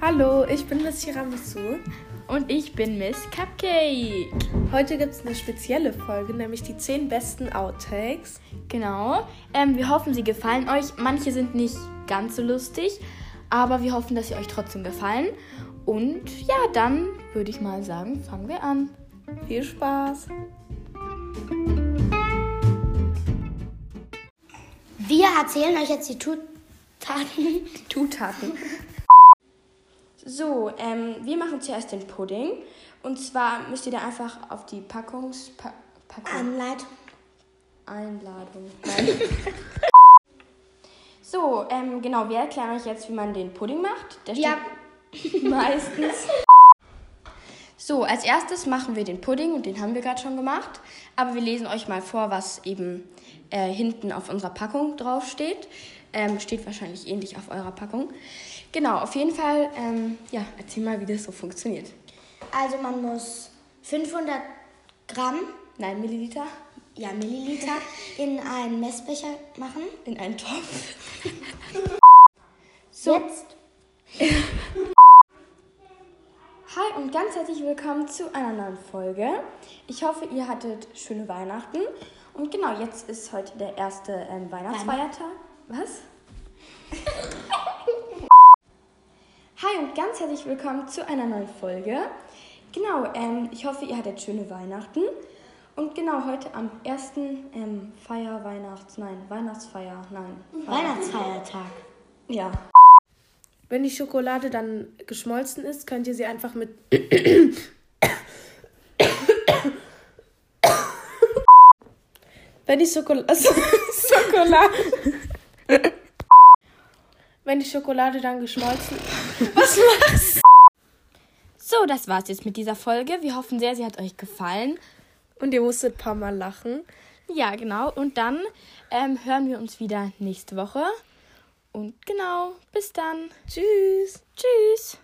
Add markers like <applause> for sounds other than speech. Hallo, ich bin Miss Tiramisu. Und ich bin Miss Cupcake. Heute gibt es eine spezielle Folge, nämlich die 10 besten Outtakes. Genau. Ähm, wir hoffen, sie gefallen euch. Manche sind nicht ganz so lustig, aber wir hoffen, dass sie euch trotzdem gefallen. Und ja, dann würde ich mal sagen, fangen wir an. Viel Spaß! Wir erzählen euch jetzt die Zutaten. Zutaten. <laughs> So, ähm, wir machen zuerst den Pudding. Und zwar müsst ihr da einfach auf die Packungs... Pa Packung Anleitung. Einladung. <laughs> Nein. so, ähm, genau, wir erklären euch jetzt, wie man den Pudding macht. Der Ja. steht meistens. So, als erstes machen wir den Pudding und den haben wir gerade schon gemacht. Aber wir lesen euch mal vor, was eben äh, hinten auf unserer Packung drauf steht. Ähm, steht wahrscheinlich ähnlich auf eurer Packung. Genau, auf jeden Fall, ähm, ja, erzähl mal, wie das so funktioniert. Also man muss 500 Gramm, Nein, Milliliter ja Milliliter, in einen Messbecher machen. in einen <laughs> Topf. So. Jetzt Hi und ganz herzlich willkommen zu einer neuen Folge. Ich hoffe, ihr hattet schöne Weihnachten. Und genau, jetzt ist heute der erste ähm, Weihnachtsfeiertag. <laughs> Was? Hi und ganz herzlich willkommen zu einer neuen Folge. Genau, ähm, ich hoffe, ihr hattet schöne Weihnachten. Und genau, heute am ersten ähm, Feier, Weihnachts, nein, Weihnachtsfeier, nein. Weihnachtsfeiertag. Ja. Wenn die Schokolade dann geschmolzen ist, könnt ihr sie einfach mit Wenn die <laughs> Schokol Schokolade Wenn die Schokolade dann geschmolzen So, das war's jetzt mit dieser Folge. Wir hoffen sehr, sie hat euch gefallen. und ihr musstet ein paar mal lachen. Ja, genau. Und dann ähm, hören wir uns wieder nächste Woche. Und genau, bis dann. Tschüss. Tschüss.